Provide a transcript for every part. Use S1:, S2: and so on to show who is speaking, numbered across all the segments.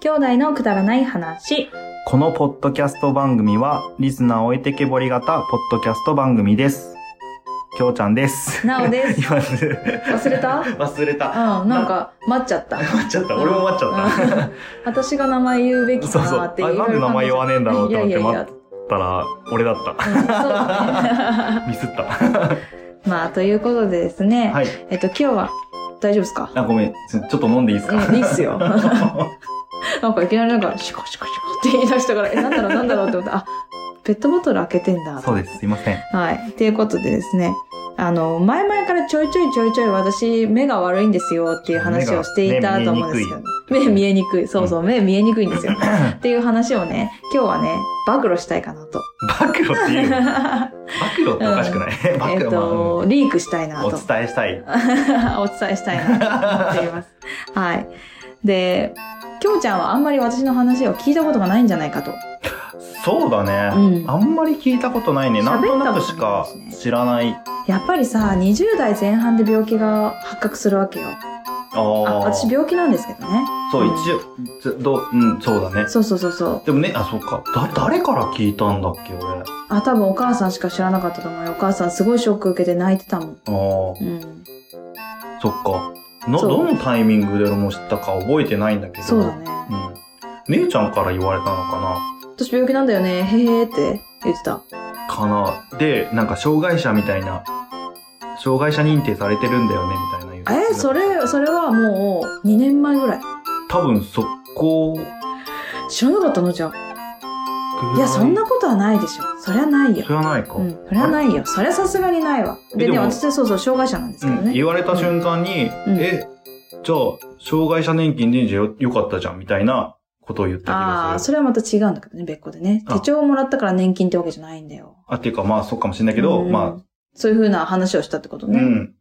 S1: 兄弟のくだらない話。
S2: このポッドキャスト番組は、リスナー置いてけぼり型ポッドキャスト番組です。きょうちゃんです。
S1: なおです。
S2: 今、忘
S1: れた
S2: 忘れた。
S1: うん、なんか、待っちゃった。
S2: 待っちゃった。俺も待っちゃっ
S1: うん私が名前言うべき
S2: そう
S1: か
S2: そう
S1: なっていろいろ
S2: あなんで名前言わねえんだろうって思って
S1: いやいやいや
S2: た。たら、俺だった。
S1: うんそうだね
S2: ミスった。
S1: まあ、ということでですね、
S2: はい。
S1: えっと、今日は、大丈夫ですか
S2: あ、ごめん。ちょちょっと飲んでいいですか
S1: うんいいっすよ
S2: は
S1: なんかいきなりなんか、シコシコシコって言い出したから、え、なんだろうなんだろうって思った。あ、ペットボトル開けてんだ。
S2: そうです。すいません。
S1: はい。ということでですね、あの、前々からちょいちょいちょいちょい私、目が悪いんですよっていう話をしていたと思うんですけど、目見えにくい。そうそう、目見えにくいんですよ。っていう話をね、今日はね、暴露したいかな と。
S2: 暴露っていう。暴露っておかしくない 暴
S1: えっ
S2: 露は
S1: と、リークしたいな
S2: うん
S1: と。
S2: お伝えしたい。
S1: お伝えしたいなと思って います。はい。で、きょうちゃんはあんまり私の話を聞いたことがないんじゃないかと。
S2: そうだね、
S1: うん
S2: あんまり聞いたことないね。なんとなくし
S1: 喋っ
S2: か
S1: たことないですね
S2: 知らない。
S1: やっぱりさ、20代前半で病気が発覚するわけよ。
S2: ああ
S1: あ、私病気なんですけどね。
S2: そう、一応、ずどううん、そうだね。
S1: そうそうそうそう。
S2: でもね、あ、そうか。だ、誰から聞いたんだっけ、俺。あ
S1: あ、多分お母さんしか知らなかったと思うよ。お母さんすごいショック受けて泣いてたもん。
S2: あ、
S1: うん。
S2: そっか。な、
S1: そう
S2: どのタイミングでも知ったか覚えてないんだけど。
S1: そうだね。
S2: うん。姉ちゃんから言われたのか
S1: 私病気なんだよね。へへーって言ってた。
S2: なかな。で、なんか、障害者みたいな、障害者認定されてるんだよね、みたいな言う
S1: え、それ、それはもう2年前ぐらい。
S2: 多分、そこぐ
S1: 知らなかったのじゃあ。
S2: ら
S1: いや、そんなことはないでしょ。そりゃないよ
S2: そ。れはないか。
S1: うん、そりゃないよ。そりゃさすがにないわ。で
S2: えで
S1: ね、
S2: も
S1: 私はそうそう、障害者なんですけど
S2: うん、
S1: ね。
S2: 言われた瞬間に、
S1: うん
S2: え、じゃあ、障害者年金人事よよかったじゃん、みたいなことを言った気
S1: あ
S2: が
S1: あ、
S2: する。
S1: それはまた違うんだけどね、別個でね。
S2: あ
S1: 手帳をもらったから年金ってわけじゃないんだよ。
S2: あ、っていうか、まあ、そうかもしれないけど、
S1: うん
S2: まあ、
S1: そういうふうな話をしたってこと
S2: う
S1: ね。
S2: ん、
S1: うん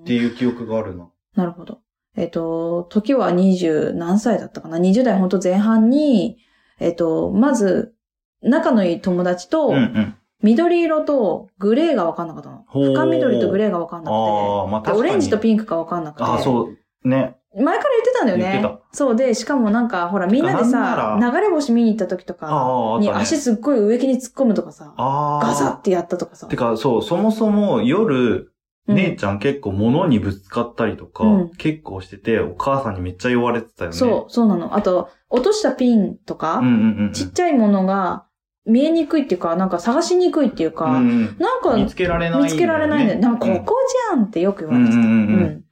S2: っていう記憶があるな。
S1: なるほど。えっ、と、時は20何歳だったかな ?20 代ほんと前半に、えっ、と、まず、仲のいい友達と
S2: うん、うん。
S1: 緑色とグレーがわかんなかったの。
S2: ほう
S1: 深緑とグレーがわかんなく
S2: ああ、まあ、
S1: て。で
S2: 確か
S1: オ
S2: に。
S1: レンジと
S2: ン
S1: ピンクがわかんなくて。
S2: ああ、そう、ね。
S1: 前から言ってたんだよ
S2: 言って
S1: ね。そうで、しかもなんか、ほら、みんなでさ
S2: なん、な
S1: 流れ星見に行った時と
S2: あ
S1: か
S2: あ、あっ
S1: に
S2: たね。
S1: 足すっごい植木に突っ込むとかさ、
S2: ああ。
S1: ガサってやったとかさ。
S2: てか、そう、そもそも夜、
S1: うん
S2: 姉ちゃん結構物にぶつかったりとか、
S1: うん
S2: 結構してて、お母さんにめっちゃ言われてたよね。
S1: そう、そうなの。あと、落としたピンとか、
S2: うんうんうん。
S1: ちっちゃいものが見えにくいっていうか、なんか探しにくいっていうか、
S2: うんうん
S1: なんか
S2: 見
S1: 見
S2: つけられないんだよね。
S1: つけられないんだよ。なんかここじゃんってよく言われてた。
S2: うんうんうんうん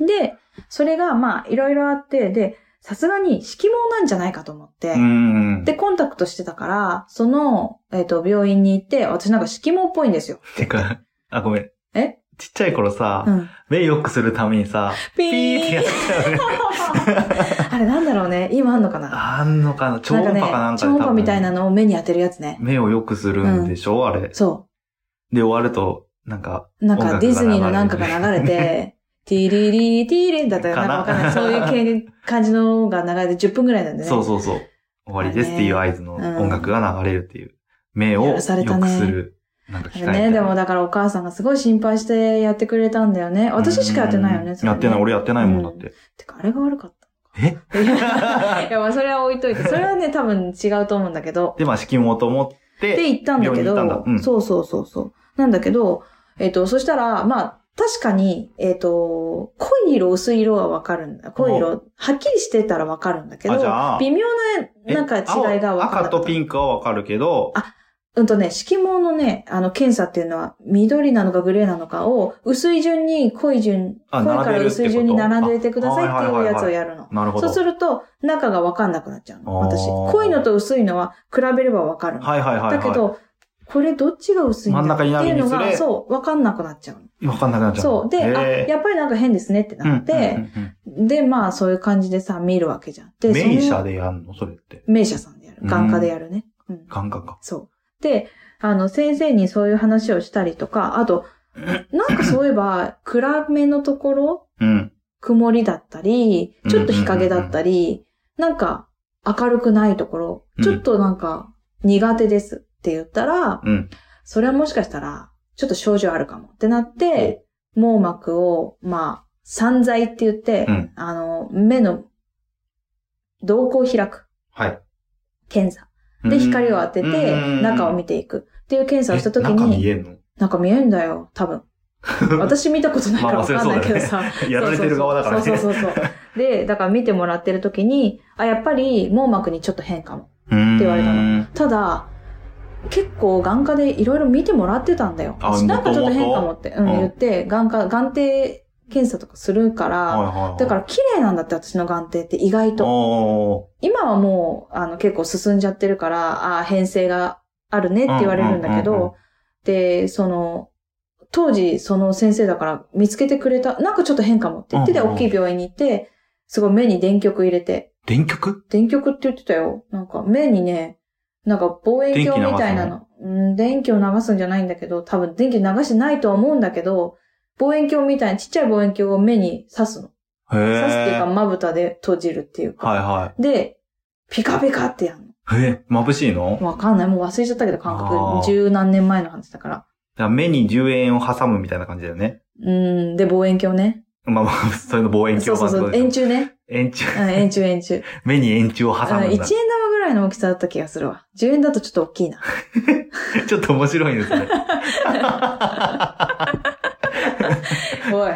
S1: うんで、それがまあいろいろあって、で、さすがに色盲なんじゃないかと思って、
S2: うん。
S1: で、コンタクトしてたから、その、えっ、と、病院に行って、私なんか色盲っぽいんですよ。
S2: てか、あ、ごめん。
S1: え
S2: ちっちゃい頃さ、
S1: うん。
S2: 目良くするためにさ、
S1: ピ
S2: ピーってやっ
S1: ー
S2: たよね。
S1: あれなんだろうね。今あんのかな
S2: あんのかな超音波かなんかで
S1: 超音波みたいな
S2: 多分
S1: のを目に当てるやつね。
S2: 目を良くするんでしょ、あれ。
S1: そう。
S2: で、終わると、なんか、
S1: なんかディズニーのなん
S2: 音
S1: かが
S2: 楽が
S1: 流れて、ティリリリティーレンだったよ。なんかわかんない。
S2: かな
S1: そういう系の感じのが流れて10分ぐらいなんでね。
S2: そうそうそう。終わりですっていう合図の音楽が流れるっていう。目を
S1: や
S2: 良
S1: ら
S2: くす
S1: されたね
S2: る、なんか機
S1: あ
S2: 械
S1: れね、でもだからお母さんがすごい心配してやってくれたんだよね。私しかやってないよ
S2: うん
S1: ね。それ
S2: や
S1: ね
S2: ってない。俺やってないもんだって。
S1: てか、あれが悪かった。
S2: え
S1: いや、いやまあそれは置いといて。それはね、多分違うと思うんだけど。
S2: で、まあ、敷もと思って、
S1: って言ったんだけど、
S2: 病院行ったんだうん
S1: そうそうそうそう。なんだけど、えっ、と、そしたら、まあ、確かに、えっ、と、濃い色、薄い色はわかるんだ。濃い色、はっきりしてたらわかるんだけど
S2: あじゃあ、
S1: 微妙な、
S2: え
S1: なんか違いが
S2: 青
S1: わかる。
S2: 赤とピンクはわかるけど、
S1: あうんとね、色盲のね、あの、検査っていうのは、緑なのかグレーなのかを、薄い順に濃い順、濃
S2: あ
S1: いか
S2: 並べ
S1: ら
S2: るってこと
S1: 薄い順に並べてくださいって
S2: あはい
S1: い
S2: は
S1: う
S2: いはいは
S1: や
S2: い
S1: つをやるの。
S2: なるほ
S1: そ
S2: ど。
S1: うすると、中がわかんなくなっちゃうの。
S2: あー
S1: 私。濃いのと薄いのは、比べればわかるの。
S2: はいはいはい、はい。
S1: だけど、これどっちが薄いんだ
S2: 真ん中になるにつれ
S1: っていうのが、そう、わかんなくなっちゃうの。
S2: わかんなくなっちゃう。
S1: そう。で、あ、
S2: へー
S1: やっぱりなんか変ですねってなって、
S2: うんうん
S1: で、まあそういう感じでさ、見るわけじゃん。
S2: う
S1: で、
S2: ん、メイシャ
S1: で。
S2: でやんのそれって。
S1: 名医者さんでやる。
S2: うん
S1: 眼科でやるね。うん。
S2: 感覚か。
S1: そう。で、あの、先生にそういう話をしたりとか、あと、なんかそういえ ば、暗めのところ、
S2: うん。
S1: 曇りだったり、ちょっと日陰だったり、なんか明るくないところ、ちょっとなんか苦手ですって言ったら、
S2: うん。
S1: それはもしかしたら、ちょっと症状あるかもってなって、網膜を、まあ、散財って言って、
S2: うん
S1: あの、目の瞳孔を開く
S2: はい。
S1: 検査。で、光を当てて、中を見
S2: て、
S1: ていく。っていう検査をしたとき
S2: え中見
S1: に、
S2: えんの
S1: 中見えんだよ、多分。私見たことないから
S2: まあ
S1: わかんないけどさ。
S2: やられてる側だからね。
S1: そうそうそうそうそう。で、だから見てもらってるときに、あ、やっぱり網膜にちょっと変かも。
S2: って
S1: 言われたただ、結構眼科でいろいろ見てもらってたんだよ。
S2: あ
S1: なんかちょっと変かもって、うん、
S2: 々うん
S1: 言って、眼科、眼底検査とかするから、
S2: の、
S1: だからら綺麗なんだって私の眼底って意外と。
S2: お
S1: 今はもう、あの結構進んじゃってるから、ああ、変性があるねって言われるんだけど、
S2: うんうんうんう
S1: で、その、当時その先生だから見つけてくれた、なんかちょっと変かもって言って、
S2: うんうんうん
S1: で、大きい病院に行って、すごい目に電極入れて、
S2: ー電極
S1: 電極って言ってたよ。なんか目にね、なんか望遠鏡みたいなの。うん、電気を流すんじゃないんだけど、多分電気流してないとは思うんだけど、望遠鏡みたいなちっちゃい望遠鏡を目に刺すの。
S2: へえ。
S1: 刺すっていうか、まぶたで閉じるっていうか。
S2: はいは
S1: で、ピカピカってやん
S2: い。え、眩しいの
S1: の。わかんない。もう忘れちゃったけど、感
S2: あー
S1: 覚。十何年前の話だから。
S2: だから目に10円を挟むみたいな感じだよね。
S1: うん、で、望遠鏡ね。
S2: まあまあ、 それの望遠
S1: そう
S2: 鏡
S1: そう
S2: 版
S1: そう。円柱ね。
S2: 円柱。
S1: うん、円柱、円柱。
S2: 目に円柱を
S1: う
S2: 挟
S1: ん、1
S2: むん
S1: 円
S2: だ。
S1: 玉ぐらいの大きさだった気がするわ。10円だとちょっと大きいな。
S2: ちょっと面白いです ね。
S1: おい。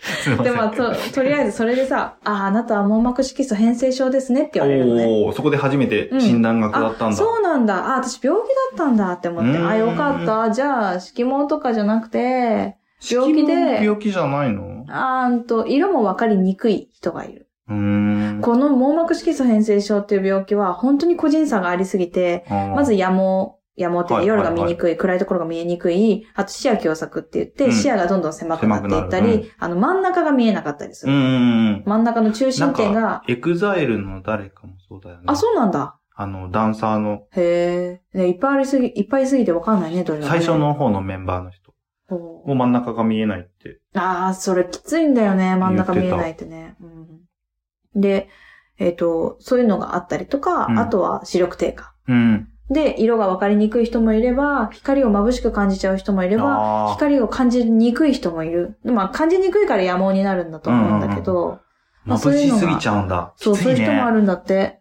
S2: すいません。
S1: で、まあ、と、とりあえずそれでさ、ああ、あなたは網膜色素変性症ですねって言われるのね。
S2: おーそこで初めて診断が下ったんだ。
S1: そうなんだ。ああ、私病気だったんだって思って。
S2: うーん
S1: あよかった。じゃあ、色毛とかじゃなくて、病気で
S2: 色も病気じゃないの
S1: あーんと、色もわかりにくい人がいる。
S2: うーん。
S1: この網膜色素変性症っていう病気は、本当に個人差がありすぎて、ま
S2: ま
S1: ず、やもう、やもうってね、
S2: はい
S1: 夜が見にくい、暗いところが見えにくい、あと視野狭窄って言って、
S2: うん
S1: 視野がどんどん狭くなっていったり、
S2: 狭くなる
S1: あの、真ん中が見えなかったりす
S2: う
S1: る。
S2: ーん。
S1: 真ん中の中心点
S2: なん
S1: が
S2: か、、エグザイルの誰かもそうだよね。
S1: あ、そうなんだ。
S2: あの、ダンサーの、
S1: へえ、ね、いっぱいありすぎ、いっぱいすぎてわかんないね、どれだかね
S2: 最初。の方のメンバーの人。
S1: ほう
S2: もう真ん中が見えないって。
S1: ああ、それきついんだよね、真ん中見えないってね。うん、で、えっ、と、そういうのがあったりとか、
S2: うん
S1: あとは視力低下。
S2: うん。
S1: で、色がわかりにくい人もいれば、光を眩しく感じちゃう人もいれば、
S2: あー
S1: 光を感じにくい人もいる。まあ、感じにくいから野望になるんだと思うんだけど、まあそう
S2: 眩
S1: いうの
S2: し
S1: が
S2: すぎちゃうんだ。
S1: そう、
S2: きつ
S1: そういう人もあ
S2: ね。
S1: るんだって。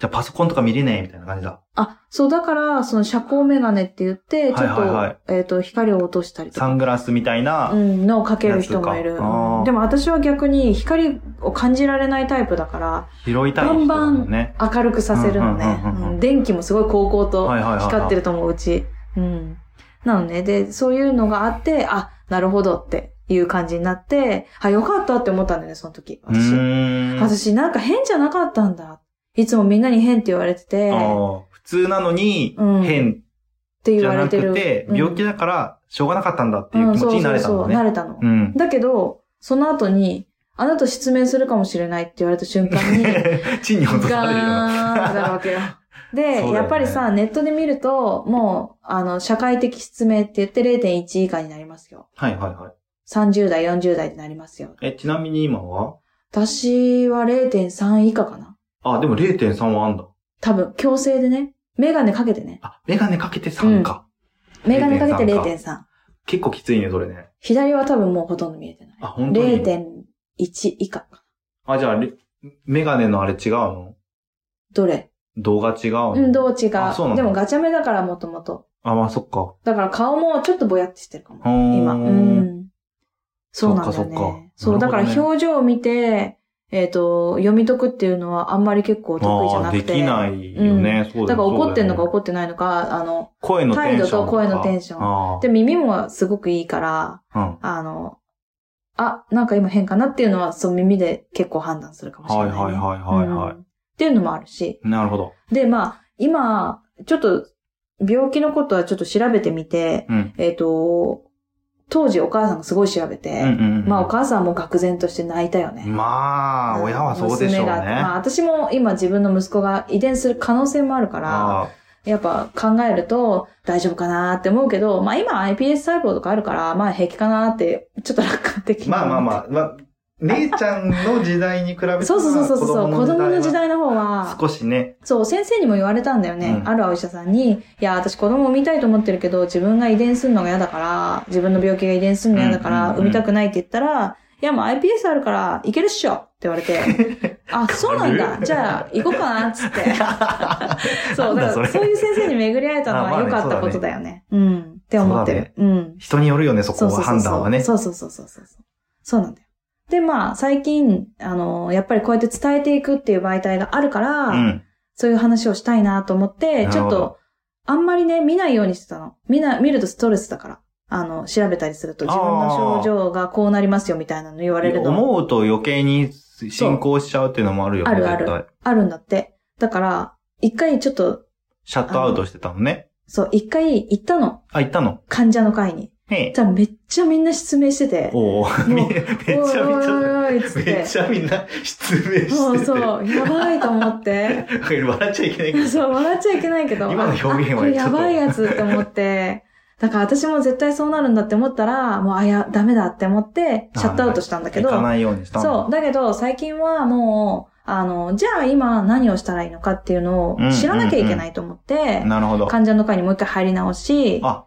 S2: じゃあパソコンとか見れねえみたいな感じだ。
S1: あ、そう、だから、その遮光メガネって言って、ちょっと、
S2: はいはいはい
S1: えっ、と、光を落としたりとか
S2: サングラスみたいな。
S1: うん、のをかける人もい
S2: や
S1: る
S2: つかあ。ー
S1: でも私は逆に光を感じられないタイプだか
S2: 拾いたい人だもんね。
S1: ら、明るくさせるのね。
S2: うんうんうんうんうん
S1: うん電気もすごい高々と
S2: はいはいはいはい
S1: 光ってると思う、うち。うん。なのね。で、そういうのがあって、あ、なるほどっていう感じになって、あ、よかったって思ったんだよね、その時。
S2: う
S1: 私。
S2: ーん。
S1: 私なんか変じゃなかったんだ。いつもみんなに変って言われてて、
S2: あ
S1: っ
S2: ー普通なのに
S1: うん、
S2: 変
S1: て
S2: じ
S1: 言
S2: ゃ
S1: われ
S2: な
S1: てる。
S2: くて、病気
S1: っ
S2: だから、しょうがなかったんだっていう気持ちになれたんだ
S1: そうそうそう、慣
S2: ね。
S1: れたの。
S2: うん。
S1: だけど、その後に、あなた失明するかもしれないって言われた瞬間 に、
S2: 地に落とされるような。
S1: ガーンってなるわけよ。
S2: そうだ
S1: で、
S2: よね
S1: やっぱりさ、ネットで見ると、もう、あの、社会的失明って言って0.1以下になりますよ。
S2: はいはいはい。
S1: 30代、40代になりますよ。
S2: え、ちなみに今は
S1: 私は0.3以下かな。
S2: あ、でも0.3はあんだ。
S1: 多分、強制でね。メガネかけてね。
S2: あ、メガネかけて3か。
S1: メガネかけて
S2: 0.3
S1: 0.3。
S2: 結構きついね、それね。
S1: 左は多分もうほとんど見えてない。
S2: あ、本当に。
S1: 0.1以下か。
S2: あ、じゃあ、レメガネのあれ違うの
S1: どれ
S2: 動画違うの
S1: うん、どう違う。
S2: あそうなんだ
S1: でもガチャメだからもともと。
S2: あ、まあそっか。
S1: だから顔もちょっとぼやってしてるかも。
S2: うーん
S1: 今。うん。そうなんだ
S2: そ
S1: よ
S2: っかそっか
S1: ね。そう、
S2: な
S1: だ
S2: るほ
S1: か
S2: ど
S1: ら
S2: ね
S1: 表情を見て、えっ、と、読み解くっていうのはあんまり結構得意じゃ
S2: あ
S1: な
S2: あ、
S1: く
S2: で
S1: て。
S2: きないよね。そうだ
S1: だ
S2: よ
S1: から怒ってんのか
S2: そうだよね
S1: 怒ってないのか、あの、
S2: 声のテンションか。
S1: 態度と声のテンション
S2: あ
S1: で、耳もすごくいいから、
S2: あ。うん。
S1: あの、あ、なんか今変かなっていうのは、そう耳で結構判断するかもしれ
S2: は
S1: ないい、ね。
S2: はいはいはいは
S1: うんっていうのもあるし。
S2: い。なるほど。
S1: で、まあ、今、ちょっと、病気のことはちょっと調べてみて、
S2: うん
S1: えっ、と、当時お母さんがすごい調べて、
S2: うんうんうん。
S1: まあお母さんも愕然として泣いたよね。
S2: まあ、親はそうでしょ
S1: 娘
S2: うね。
S1: がまあ私も今自分の息子が遺伝する可能性もあるから、
S2: あ
S1: やっぱ考えると大丈夫かなって思うけど、まあ今 iPS 細胞とかあるから、まあ平気かなって、ちょっと楽観的
S2: あまあまあま
S1: あ。
S2: あ、まあ、姉ちゃんの時代に比べて
S1: そうそうそうそうそう、子供の時代の方は、
S2: 少しね、
S1: そう、先生にも言われたんだよね。
S2: うん
S1: あるお医者さんに、いや、私子供産みたいと思ってるけど、自分が遺伝するのが嫌だから、自分の病気が遺伝するの嫌だか
S2: うんうん
S1: ら、
S2: うん
S1: 産みたくないって言ったら、いや、もう iPS あるから、いけるっしょって言われ て、あ、そうなんだ。じゃあ、行こうかな、っつって。そう、だからそういう先生に巡り会えたのは良かったことだよね。うん。って思ってる。うん。
S2: 人によるよね、そこは判断はね。
S1: そうそうそうそうそう。そうなんだよ。で、まあ、最近、あの、やっぱりこうやって伝えていくっていう媒体があるから、うん、そういう話をしたいなと思って、ちょっと、あんまりね、見ないようにしてたの。見な、見るとストレスだから。あの、調べたりすると自分の症状がこうなりますよみたいなの言われるの。
S2: 思うと余計に進行しちゃうっていうのもあるよ
S1: ね。あるある。あるんだって。だから、一回ちょっと。
S2: シャットアウトしてたのね。
S1: そう、一回行ったの。
S2: あ、行ったの。
S1: 患者の会に。
S2: へ
S1: じゃめっちゃみんな失明してて。
S2: おお。 めっちゃみんな。
S1: め
S2: っちゃみんな失明してて。そう
S1: そう。やばいと思って。
S2: 笑っちゃいけないけ ど。
S1: そう、笑っちゃいけないけど。
S2: 今の表現は
S1: これやばいやつって思って。 だから私も絶対そうなるんだって思ったら、もう、あ、や、ダメだって思って、シャットアウトしたんだけど。
S2: 行かないようにした
S1: そう。だけど、最近はもう、あの、じゃあ今何をしたらいいのかっていうのを知らなきゃいけないと思って、
S2: なるほど。
S1: 患者の会にもう一回入り直し、
S2: あ、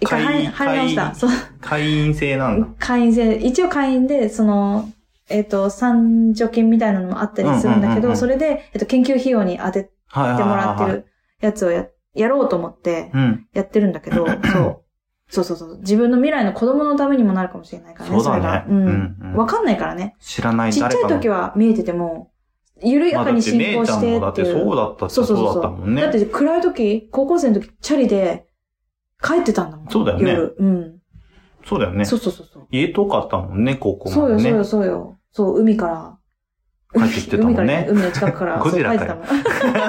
S1: 一回入り直した。そう。
S2: 会員制なんだ。
S1: 会員制。一応会員で、その、えっ、ー、と、三助金みたいなのもあったりするんだけど、それで、えっ、ー、と、研究費用に当ててもらってるやつをやって、やろうと思って、やってるんだけど、うん、そう。そうそうそう。自分の未来の子供のためにもなるかもしれないからね。
S2: そうだね。
S1: それうん。わ、うん、かんないからね。
S2: 知らない
S1: ちっちゃい時は見えてても、緩やかに進行してっていう。
S2: だってそうだった
S1: そうそうそう
S2: だったもんね。
S1: だって暗い時、高校生の時、チャリで帰ってたんだもん。
S2: そうだよね。
S1: 夜。うん。
S2: そうだよね。
S1: そうそうそうそう。
S2: 家遠かったもんね、高校
S1: も、ね。そうよ、そうよ、そうよ。そう、海から。
S2: 帰ってきてたもんね。海,ね
S1: 海の近くから。
S2: ゴジラ
S1: 帰ってたもん。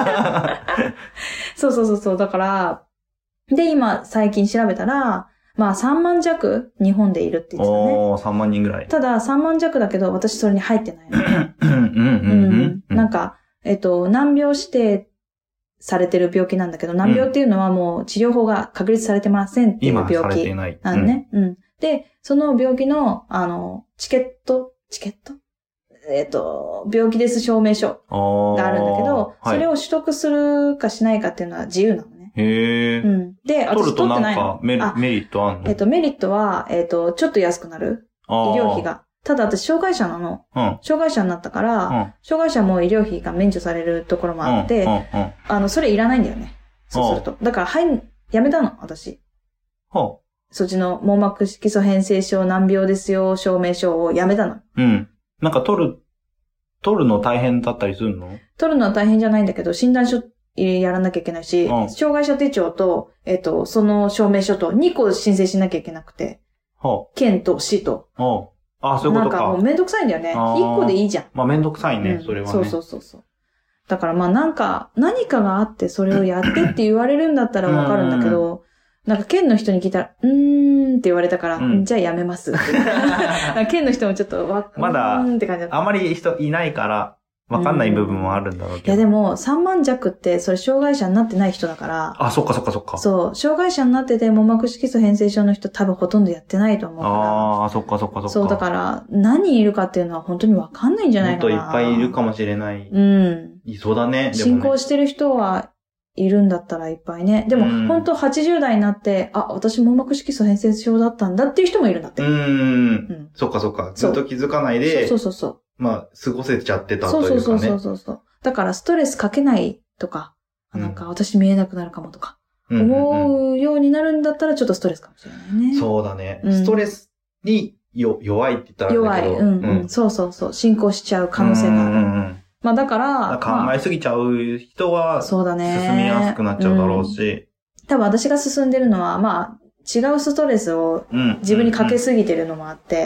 S1: そうそうそうそう。だから、で、今、最近調べたら、まあ3万弱、日本でいるって言ってたね。
S2: お3万人ぐ らい。
S1: ただ3万弱だけど、私それに入ってないの。
S2: うんうん
S1: うん。なんか、えっと、難病指定されてる病気なんだけど、難病っていうのはもう治療法が確立されてませんっていう病気。
S2: 今されてない。
S1: あのね、うん。うん。で、その病気の、あの、チケット、チケットえっ、と、病気です証明書があるんだけど、それを取得するかしないかっていうのは自由なのね。
S2: へえ。
S1: うん。で、
S2: 私取ってないの。取るとなんかメリットあんの
S1: えっ、と、メリットは、えっ、と、ちょっと安くなる。医療費が。ただ私、障害者なの。
S2: うん、
S1: 障害者になったから、障害者も医療費が免除されるところもあって、あの、それいらないんだよね。そうすると。だから、はい、やめたの、私。
S2: は
S1: そっちの網膜色素変性症難病ですよ証明書をやめたの。
S2: うん。なんか取る、取るの大変だったりするの
S1: 取るのは大変じゃないんだけど、診断書やらなきゃいけないし、うん、障害者手帳と、えっ、と、その証明書と2個申請しなきゃいけなくて、
S2: は
S1: あ、県と市と。
S2: はあ、あそういうことか。
S1: なんかもうめんどくさいんだよね。1個でいいじゃん。
S2: まあめんどくさいね、うん、それはね。
S1: そう そうそうそう。だからまあなんか、何かがあってそれをやってって言われるんだったらわかるんだけど、なんか県の人に聞いたら、うーんって言われたから、うん、じゃあやめます。 県の人もちょっとわ、
S2: まだ、
S1: って感じだった。
S2: あまり人いないから、わかんない部分もあるんだろうけ
S1: ど。いやでも、3万弱って、それ障害者になってない人だから。
S2: あ、そっかそっかそっか。
S1: そう。障害者になってて、網膜色素変性症の人多分ほとんどやってないと思うから。
S2: ああ、そっかそっかそっか。
S1: そう、だから、何人いるかっていうのは本当にわかんないんじゃないかな。
S2: もっといっぱいいるかもしれない。
S1: うん。
S2: いそうだね。ね
S1: 進行してる人は、いるんだったらいっぱいね。でも、うん、本当80代になって、あ、私網膜色素変性症だったんだっていう人もいるんだって。
S2: うん,うん。そっかそっか。ずっと気づかないで。
S1: そうそうそう。
S2: まあ、過ごせちゃってたというか、ね。
S1: そうそうそうそうだから、ストレスかけないとか、うん、なんか私見えなくなるかもとか、思うようになるんだったらちょっとストレスかもしれないね。
S2: そうだね。ストレスによ弱いって言ったら
S1: 弱い。うん、うん。そうそうそう。進行しちゃう可能性がある。うんまあだから。
S2: から考えすぎちゃう人は、
S1: そうだね。
S2: 進みやすくなっちゃうだろうし。うね
S1: うん、多分私が進んでるのは、まあ、違うストレスを自分にかけすぎてるのもあって、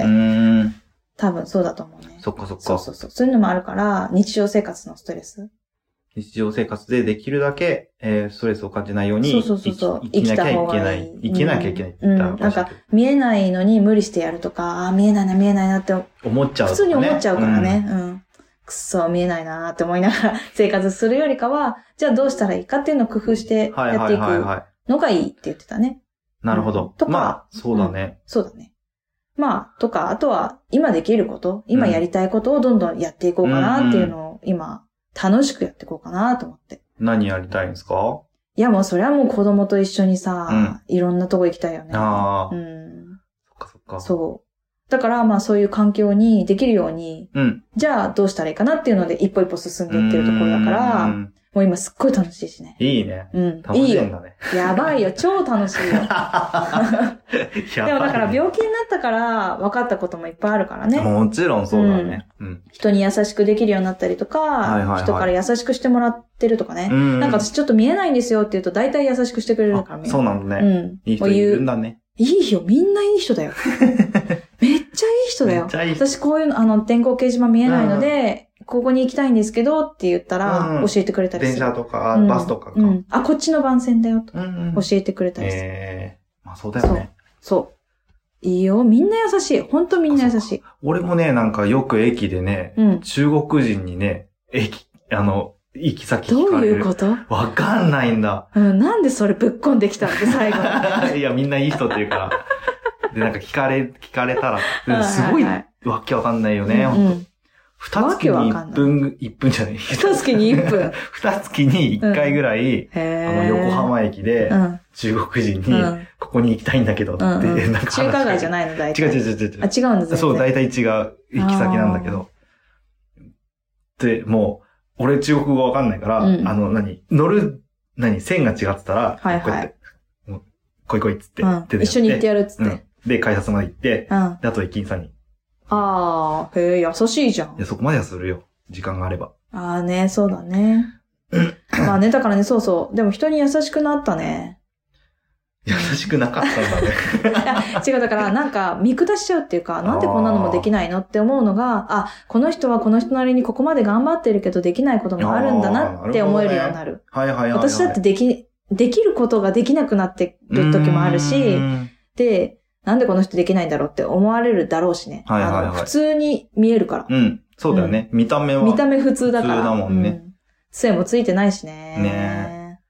S1: 多分そうだと思うね。
S2: そっかそっか。
S1: そうそうそう。そういうのもあるから、日常生活のストレス。
S2: 日常生活でできるだけ、えー、ストレスを感じないように、
S1: そうそうそうそう
S2: 生きなきゃいけない。生きなきゃいけない。
S1: うん、なんか、見えないのに無理してやるとか、ああ、見えないな、見えないなって
S2: 思っちゃう、
S1: 普通に思っちゃうからね。うん。くそ、見えないなーって思いながら 生活するよりかは、じゃあどうしたらいいかっていうのを工夫してやっていくのがいいって言ってたね。
S2: なるほど。
S1: とか、
S2: まあ、そうだね、
S1: うん、そうだね。まあ、とか、あとは、今できること、今やりたいことをどんどんやっていこうかなっていうのを、今、楽しくやっていこうかなと思って。
S2: 何やりたいんですか
S1: いや、もうそれはもう子供と一緒にさ、うん、いろんなとこ行きたいよね。
S2: あ
S1: あ。うん。
S2: そっかそっか。
S1: そう。だから、まあそういう環境にできるように、
S2: うん。
S1: じゃあどうしたらいいかなっていうので一歩一歩進んでいってるところだか
S2: う
S1: ら、
S2: ん。
S1: もう今すっごい楽しいしね。
S2: いいね。
S1: うん。
S2: 楽
S1: いい
S2: しいん
S1: よ。
S2: だ ね。
S1: やばいよ。超楽しい よ。
S2: や
S1: でもだから
S2: 病
S1: 病気になったから分かったこともいっぱいあるからね。
S2: もちろんそうだね。うん。
S1: 人に優しくできるようになったりとか、
S2: いはいはい
S1: 人から優しくしてもらってるとかね。
S2: うん
S1: なんか私ちょっと見えないんですよって言うと大体優しくしてくれるから
S2: あ
S1: ね。
S2: そうなのね。
S1: うん。
S2: いい
S1: も
S2: 人
S1: う
S2: い
S1: 言
S2: るん
S1: う。
S2: だね。
S1: いいよ、みんないい人 だよ。めっちゃいい人だ
S2: め
S1: よ
S2: っ。ちゃいい人。
S1: 私こういうの、あの、電光掲示板見えないので、ここに行きたいんですけどって言った
S2: う
S1: ら
S2: んうん
S1: 教えてくれたり
S2: 電
S1: する。
S2: 車とか、
S1: うん
S2: バスとかか。
S1: う
S2: うん
S1: ん。あ、こっちの番線だよと
S2: うん。
S1: 教えてくれたりする。
S2: ええまあそうだよね。
S1: そう。いいよ、みんな優しい。ほんとみんな優しい。
S2: 俺もね、なんかよく駅でね、
S1: うん。
S2: 中国人にね、駅、あの、行き先聞
S1: ど
S2: か
S1: う
S2: れ
S1: い
S2: る。
S1: うこと
S2: わかんないんだ。
S1: うん、なんでそれぶっこんできたんで最後
S2: いや、みんないい人っていう から。で、なんか聞かれ、聞かれたら、すごい
S1: はは
S2: わけわかんないよ
S1: は
S2: ね。
S1: いうんうん。
S2: 二月に一分、一分じゃない。
S1: 一月に一分。
S2: 二月に一回ぐらい、
S1: へえ。
S2: あの、横浜駅で
S1: う、ん。
S2: 中国人
S1: う
S2: に、
S1: ん。
S2: ここに行きたいんだけどって、
S1: うんうん
S2: なんか話しかけ
S1: 中華街じゃ
S2: ない。
S1: ないの、大体。
S2: 違う違う違う違う
S1: あ、。違うんです
S2: そう、大体違う行き先なんだけど。で、もう、俺中国語わかんないから、
S1: うん
S2: あの、何乗る、何線が違ってたら、
S1: はいはい
S2: こうやって、もう来い来いっつって、手
S1: うん。
S2: で
S1: 一緒に行ってやるっつって。
S2: う
S1: うん
S2: ん。で、改札まで行って、
S1: あ
S2: であと駅員さんに。
S1: あー、へえ、優しいじゃん
S2: いや、。そこまではするよ。時間があれば。
S1: ああね、そうだね。 まあね、だからね、そうそう。でも人に優しくなったね。
S2: 優しくなかったんだね。
S1: 違う、だからなんか見下しちゃうっていうか、なんでこんなのもできないのって思うのが、あ、この人はこの人なりにここまで頑張ってるけどできないこともあるんだなって思えるようになる。
S2: はいはいはい、はい。
S1: 私だってでき、できることができなくなってる時もある
S2: うー
S1: し、
S2: ん
S1: で、なんでこの人できないんだろうって思われるだろうしね。
S2: はいはいはい
S1: あの普通に見えるから。
S2: うん。そうだよね。見た目は。
S1: 見た目普通だから。
S2: 普通だもんね
S1: う杖もついてないしね。
S2: ね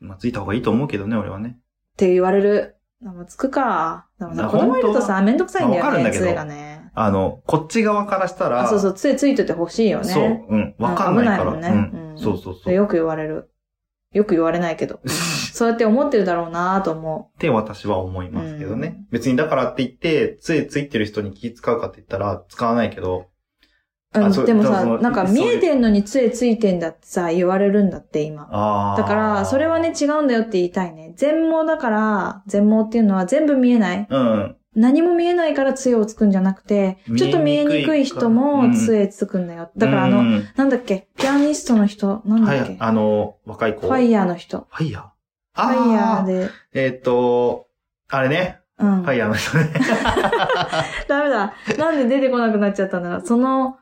S2: まあ、ついた方がいいと思うけどね、俺はね。
S1: って言われる。あもうつくか。でも
S2: いや
S1: さ、子供いると
S2: 本当
S1: さ、めんどくさいんだ
S2: わ
S1: よ
S2: かるん
S1: ね、
S2: だけど
S1: 杖がね。
S2: あの、こっち側からしたら、
S1: あ、そうそう、杖ついててほしいよね。
S2: そう、うん。わかんないから。
S1: うん危ないもんね
S2: うん
S1: うん
S2: そうそうそ。
S1: そうよく言われる。よく言われないけど。そうやって思ってるだろうなと思
S2: って私は思いますけどね。
S1: う
S2: 別にだからって言って、杖ついてる人に気使うかって言ったら、使わないけど。
S1: う。う
S2: あ
S1: ん、
S2: そう
S1: でも
S2: でも
S1: さ、
S2: その
S1: なんか
S2: そういう
S1: 見えてんのに杖ついてんだってさ、言われるんだって今。
S2: ああ。
S1: だから、それはね、、違うんだよって言いたいね。全盲だから、全盲っていうのは全部見えない。
S2: うん。
S1: 何も見えないから杖をつくんじゃなくて、ちょっと見えにくい人
S2: 見えに
S1: も
S2: くいから
S1: 杖つくんだよ。だからあ
S2: う
S1: の、
S2: ん
S1: なんだっけ、ピアニストの人、なん
S2: は
S1: だっけ、、
S2: いあの、若い子。
S1: ファイヤーの人。
S2: ファイヤー。
S1: フ
S2: あー
S1: ァイヤーで、
S2: えーっと、あれね。
S1: うん。
S2: ファイヤーの人ね。
S1: ダメだ。なんで出てこなくなっちゃったんだろう。その、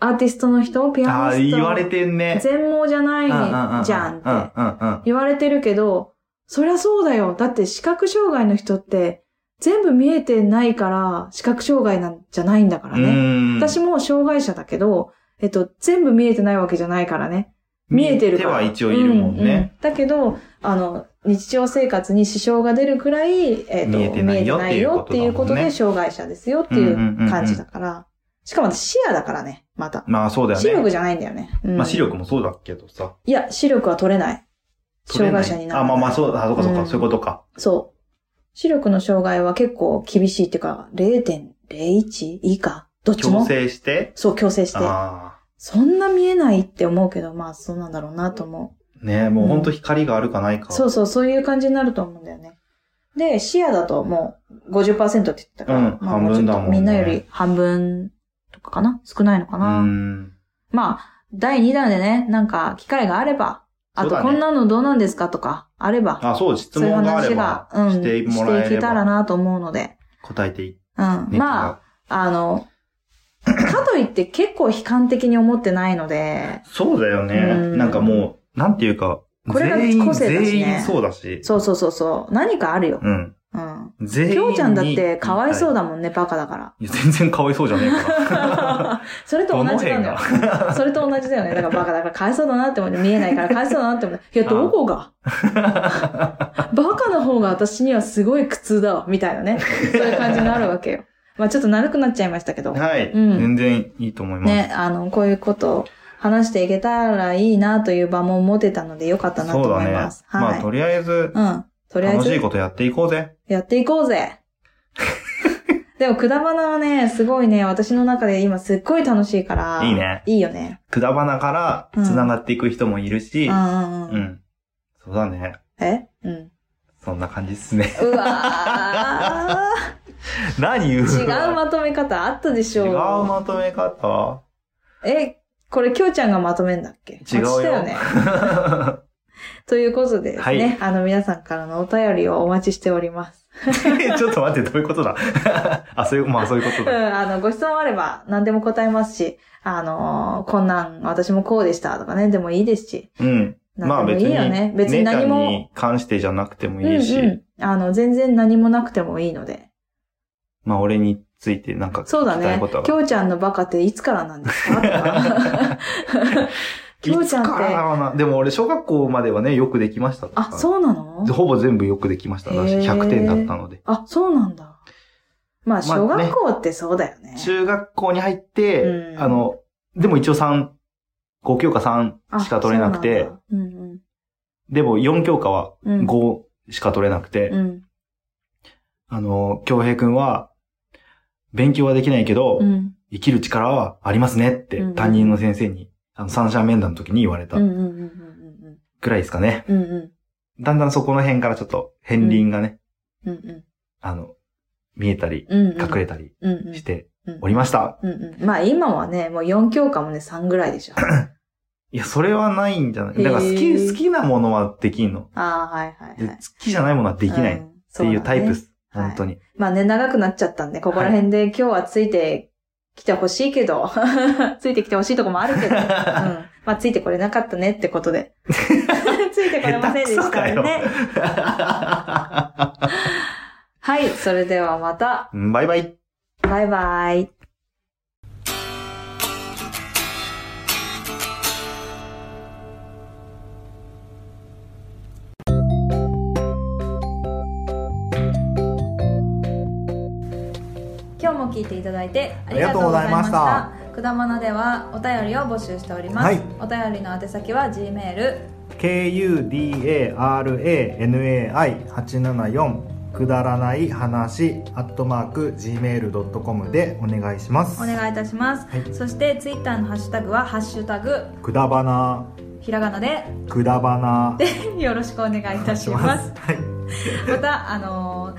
S1: アーティストの人、ピ
S2: あ
S1: ア
S2: あ、
S1: ニスト。
S2: 言われてんね。
S1: 全盲じゃな
S2: うんうんうん
S1: いじゃんって。
S2: うんうんうん。
S1: 言われてるけど、そりゃそうだよ。だって視覚障害の人って、全部見えてないから、視覚障害なんじゃないんだから
S2: う
S1: ね。
S2: ーん
S1: 私も障害者だけど、えっと、全部見えてないわけじゃないからね。見えてるから。
S2: 手は一応いるもん
S1: うう
S2: ね。
S1: だけど、あの、日常生活に支障が出るくらい、えっと
S2: 見
S1: 見
S2: え
S1: え
S2: て
S1: て
S2: な
S1: ないい
S2: よ
S1: よ
S2: ってい
S1: っていう
S2: うことだもんね
S1: ことで、障害者ですよっていう感じだから。しかも私視野だからね、また。
S2: まあそうだよね。
S1: 視力じゃないんだよね。うん
S2: まあ視力もそうだけどさ。
S1: いや、視力は取れない。
S2: 取れ
S1: 障
S2: ない
S1: 害者になる。
S2: あ、まあまあそうだ。あ、そうかそうか。
S1: うん
S2: そういうことか。
S1: そう。視力の障害は結構厳しいっていうか、0.01以下どっち
S2: 強
S1: も
S2: 制して。
S1: そう、強制して。
S2: あ
S1: そんな見えないって思うけど、まあそうなんだろうなと思
S2: あ。ねえもうほんと光があるかないか。
S1: う。そうそう、そういう感じになると思うんだよね。で、視野だともう50%って言ってたから、
S2: うん
S1: まあ
S2: 半分だも
S1: うちょ
S2: んね
S1: っとみんなより半分とかかな少ないのか
S2: う
S1: な、
S2: ん。
S1: まあ、第2弾でね、なんか機会があれば、あ
S2: そう
S1: と
S2: だね
S1: こんなのどうなんですかとか、あれば、
S2: あ、そう、質問があれば、
S1: そういう話
S2: し
S1: が、
S2: て
S1: うん、
S2: もらえれば
S1: していけたらなと思うので。
S2: 答えていい。
S1: うん。まあ、あの、かといって結構悲観的に思ってないので、
S2: そうだよね。
S1: うん
S2: なんかもう、なんていうか、
S1: これが
S2: 全員、
S1: 個性だしね
S2: 全員そうだし。
S1: そうそうそうそう、何かあるよ。
S2: うん。
S1: うん。
S2: 全員に。
S1: きょうちゃんだってかわいそう
S2: だ。
S1: だもんね、バカだ から。
S2: いや、全然かわいそうじゃねえから。
S1: それと
S2: ど
S1: 同
S2: の
S1: じ
S2: 辺
S1: なんだ
S2: が
S1: よ。。それと同じだよね。だからバカだからかわいそうだなって思って、見えないからかわいそうだなって思って、いや、どこ がバカの方が私にはすごい苦痛だわ、みたいなね。そういう感じになるわけよ。まあちょっと長くなっちゃいましたけど。
S2: はい。
S1: うん
S2: 全然いいと思います。
S1: ね、あの、こういうことを話していけたらいいなという場も持てたのでよかったなと
S2: そう
S1: 思
S2: だ
S1: い
S2: ね。
S1: ます。
S2: まあ、
S1: はい。
S2: とりあえず、
S1: うん。とりあえ
S2: 楽しい
S1: ず、
S2: ことやっていこうぜ。
S1: やっていこうぜ。でも、くだばなはね、すごいね、私の中で今すっごい楽しいから。
S2: いいね。
S1: いいよね。
S2: くだばなから繋がっていく人もいるし、
S1: うんうん
S2: う
S1: うん。
S2: ん。そうだね。
S1: えうん。
S2: そんな感じっすね。
S1: うわ
S2: 何言う
S1: ー違うまとめ方あったでしょ
S2: 違うまとめ方
S1: え、これ、きょうちゃんがまとめんだっけ
S2: 違うよ
S1: 私だよ ね。ということでですね、
S2: はい
S1: あの、皆さんからのお便りをお待ちしております。
S2: ちょっと待って、どういうことだ あ、そういう、まあそういうこ
S1: う
S2: と
S1: ん、
S2: だ。
S1: あの、ご質問あれば何でも答えますし、あのーこんなん、私もこうでしたとかね、でもいいですし、
S2: うん。ま
S1: な
S2: あ
S1: んでも
S2: 別
S1: い
S2: に、
S1: いよね。別に何
S2: 姉ちゃん
S1: も、
S2: に関してじゃなくても
S1: うん
S2: いいし、
S1: うん。あの、全然何もなくてもいいので。
S2: まあ俺についてなんか聞
S1: そうだ
S2: きたい
S1: ね
S2: ことは。。
S1: きょうちゃんのバカっていつからなんですかとかきょうちゃんっ
S2: いつからだ
S1: て、
S2: ろうな。でも俺、小学校まではね、よくできましたから
S1: あ、そうなの
S2: ほぼ全部よくできました。私、
S1: へー
S2: 100点だったので。
S1: あ、そうなんだ。まあ、
S2: まあね
S1: 小学校ってそうだよね。
S2: 中学校に入って、
S1: うん
S2: あの、でも一応3、5教科3
S1: あ
S2: しか取れなくて、
S1: そうなんだうん
S2: でも4教科は
S1: うん。うん。
S2: 5しか取れなくて、
S1: うん。
S2: あの、京平くんは、勉強はできないけど、
S1: うん。
S2: 生きる力はありますねって
S1: うん
S2: 担任の先生に、あの、三者面談の時に言われた
S1: うんうんうんうん
S2: くらいですかね。
S1: うんうんうんうん
S2: だんだんそこの辺からちょっと、片鱗がね、
S1: うんうん
S2: あの、見えたり、
S1: うんうん
S2: 隠れたり
S1: うんうん
S2: して
S1: うん
S2: おりました。
S1: うんうんまあ今はね、もう4教科もね、3ぐらい でしょ。あ
S2: いや、それはないんじゃないだから好
S1: へ
S2: き、
S1: ー
S2: 好きなものはできんの。
S1: あ、はいはい
S2: で
S1: は
S2: 好
S1: い。
S2: きじゃないものはできない
S1: ん
S2: っ。ていうタイ
S1: そ
S2: プで
S1: だね。
S2: す。本当に。
S1: まあね、長くなっちゃったんで、ここら辺で今日はついてきてほしいけど、 ついてきてほしいとこもあ るけど、うん。まあついてこれなかったねってことで。ついてこれませんでした
S2: 下手くそか
S1: ね。はい、それではまた、
S2: バイバイ。
S1: バイバイ。今日も聞いていただいてありがとうございました
S2: あ
S1: くだまなではお便りを募集しております、
S2: はい
S1: お便りの宛先は G メール
S2: kudaranai874 くだらない話アットマーク gmail.com でお願いします
S1: お願いいたします、
S2: はい
S1: そしてツイッターのハッシュタグは「ハッシュタグ
S2: くだばな
S1: ひらがなで
S2: くだばな」
S1: でよろしくお願いいたします
S2: はい
S1: またあのー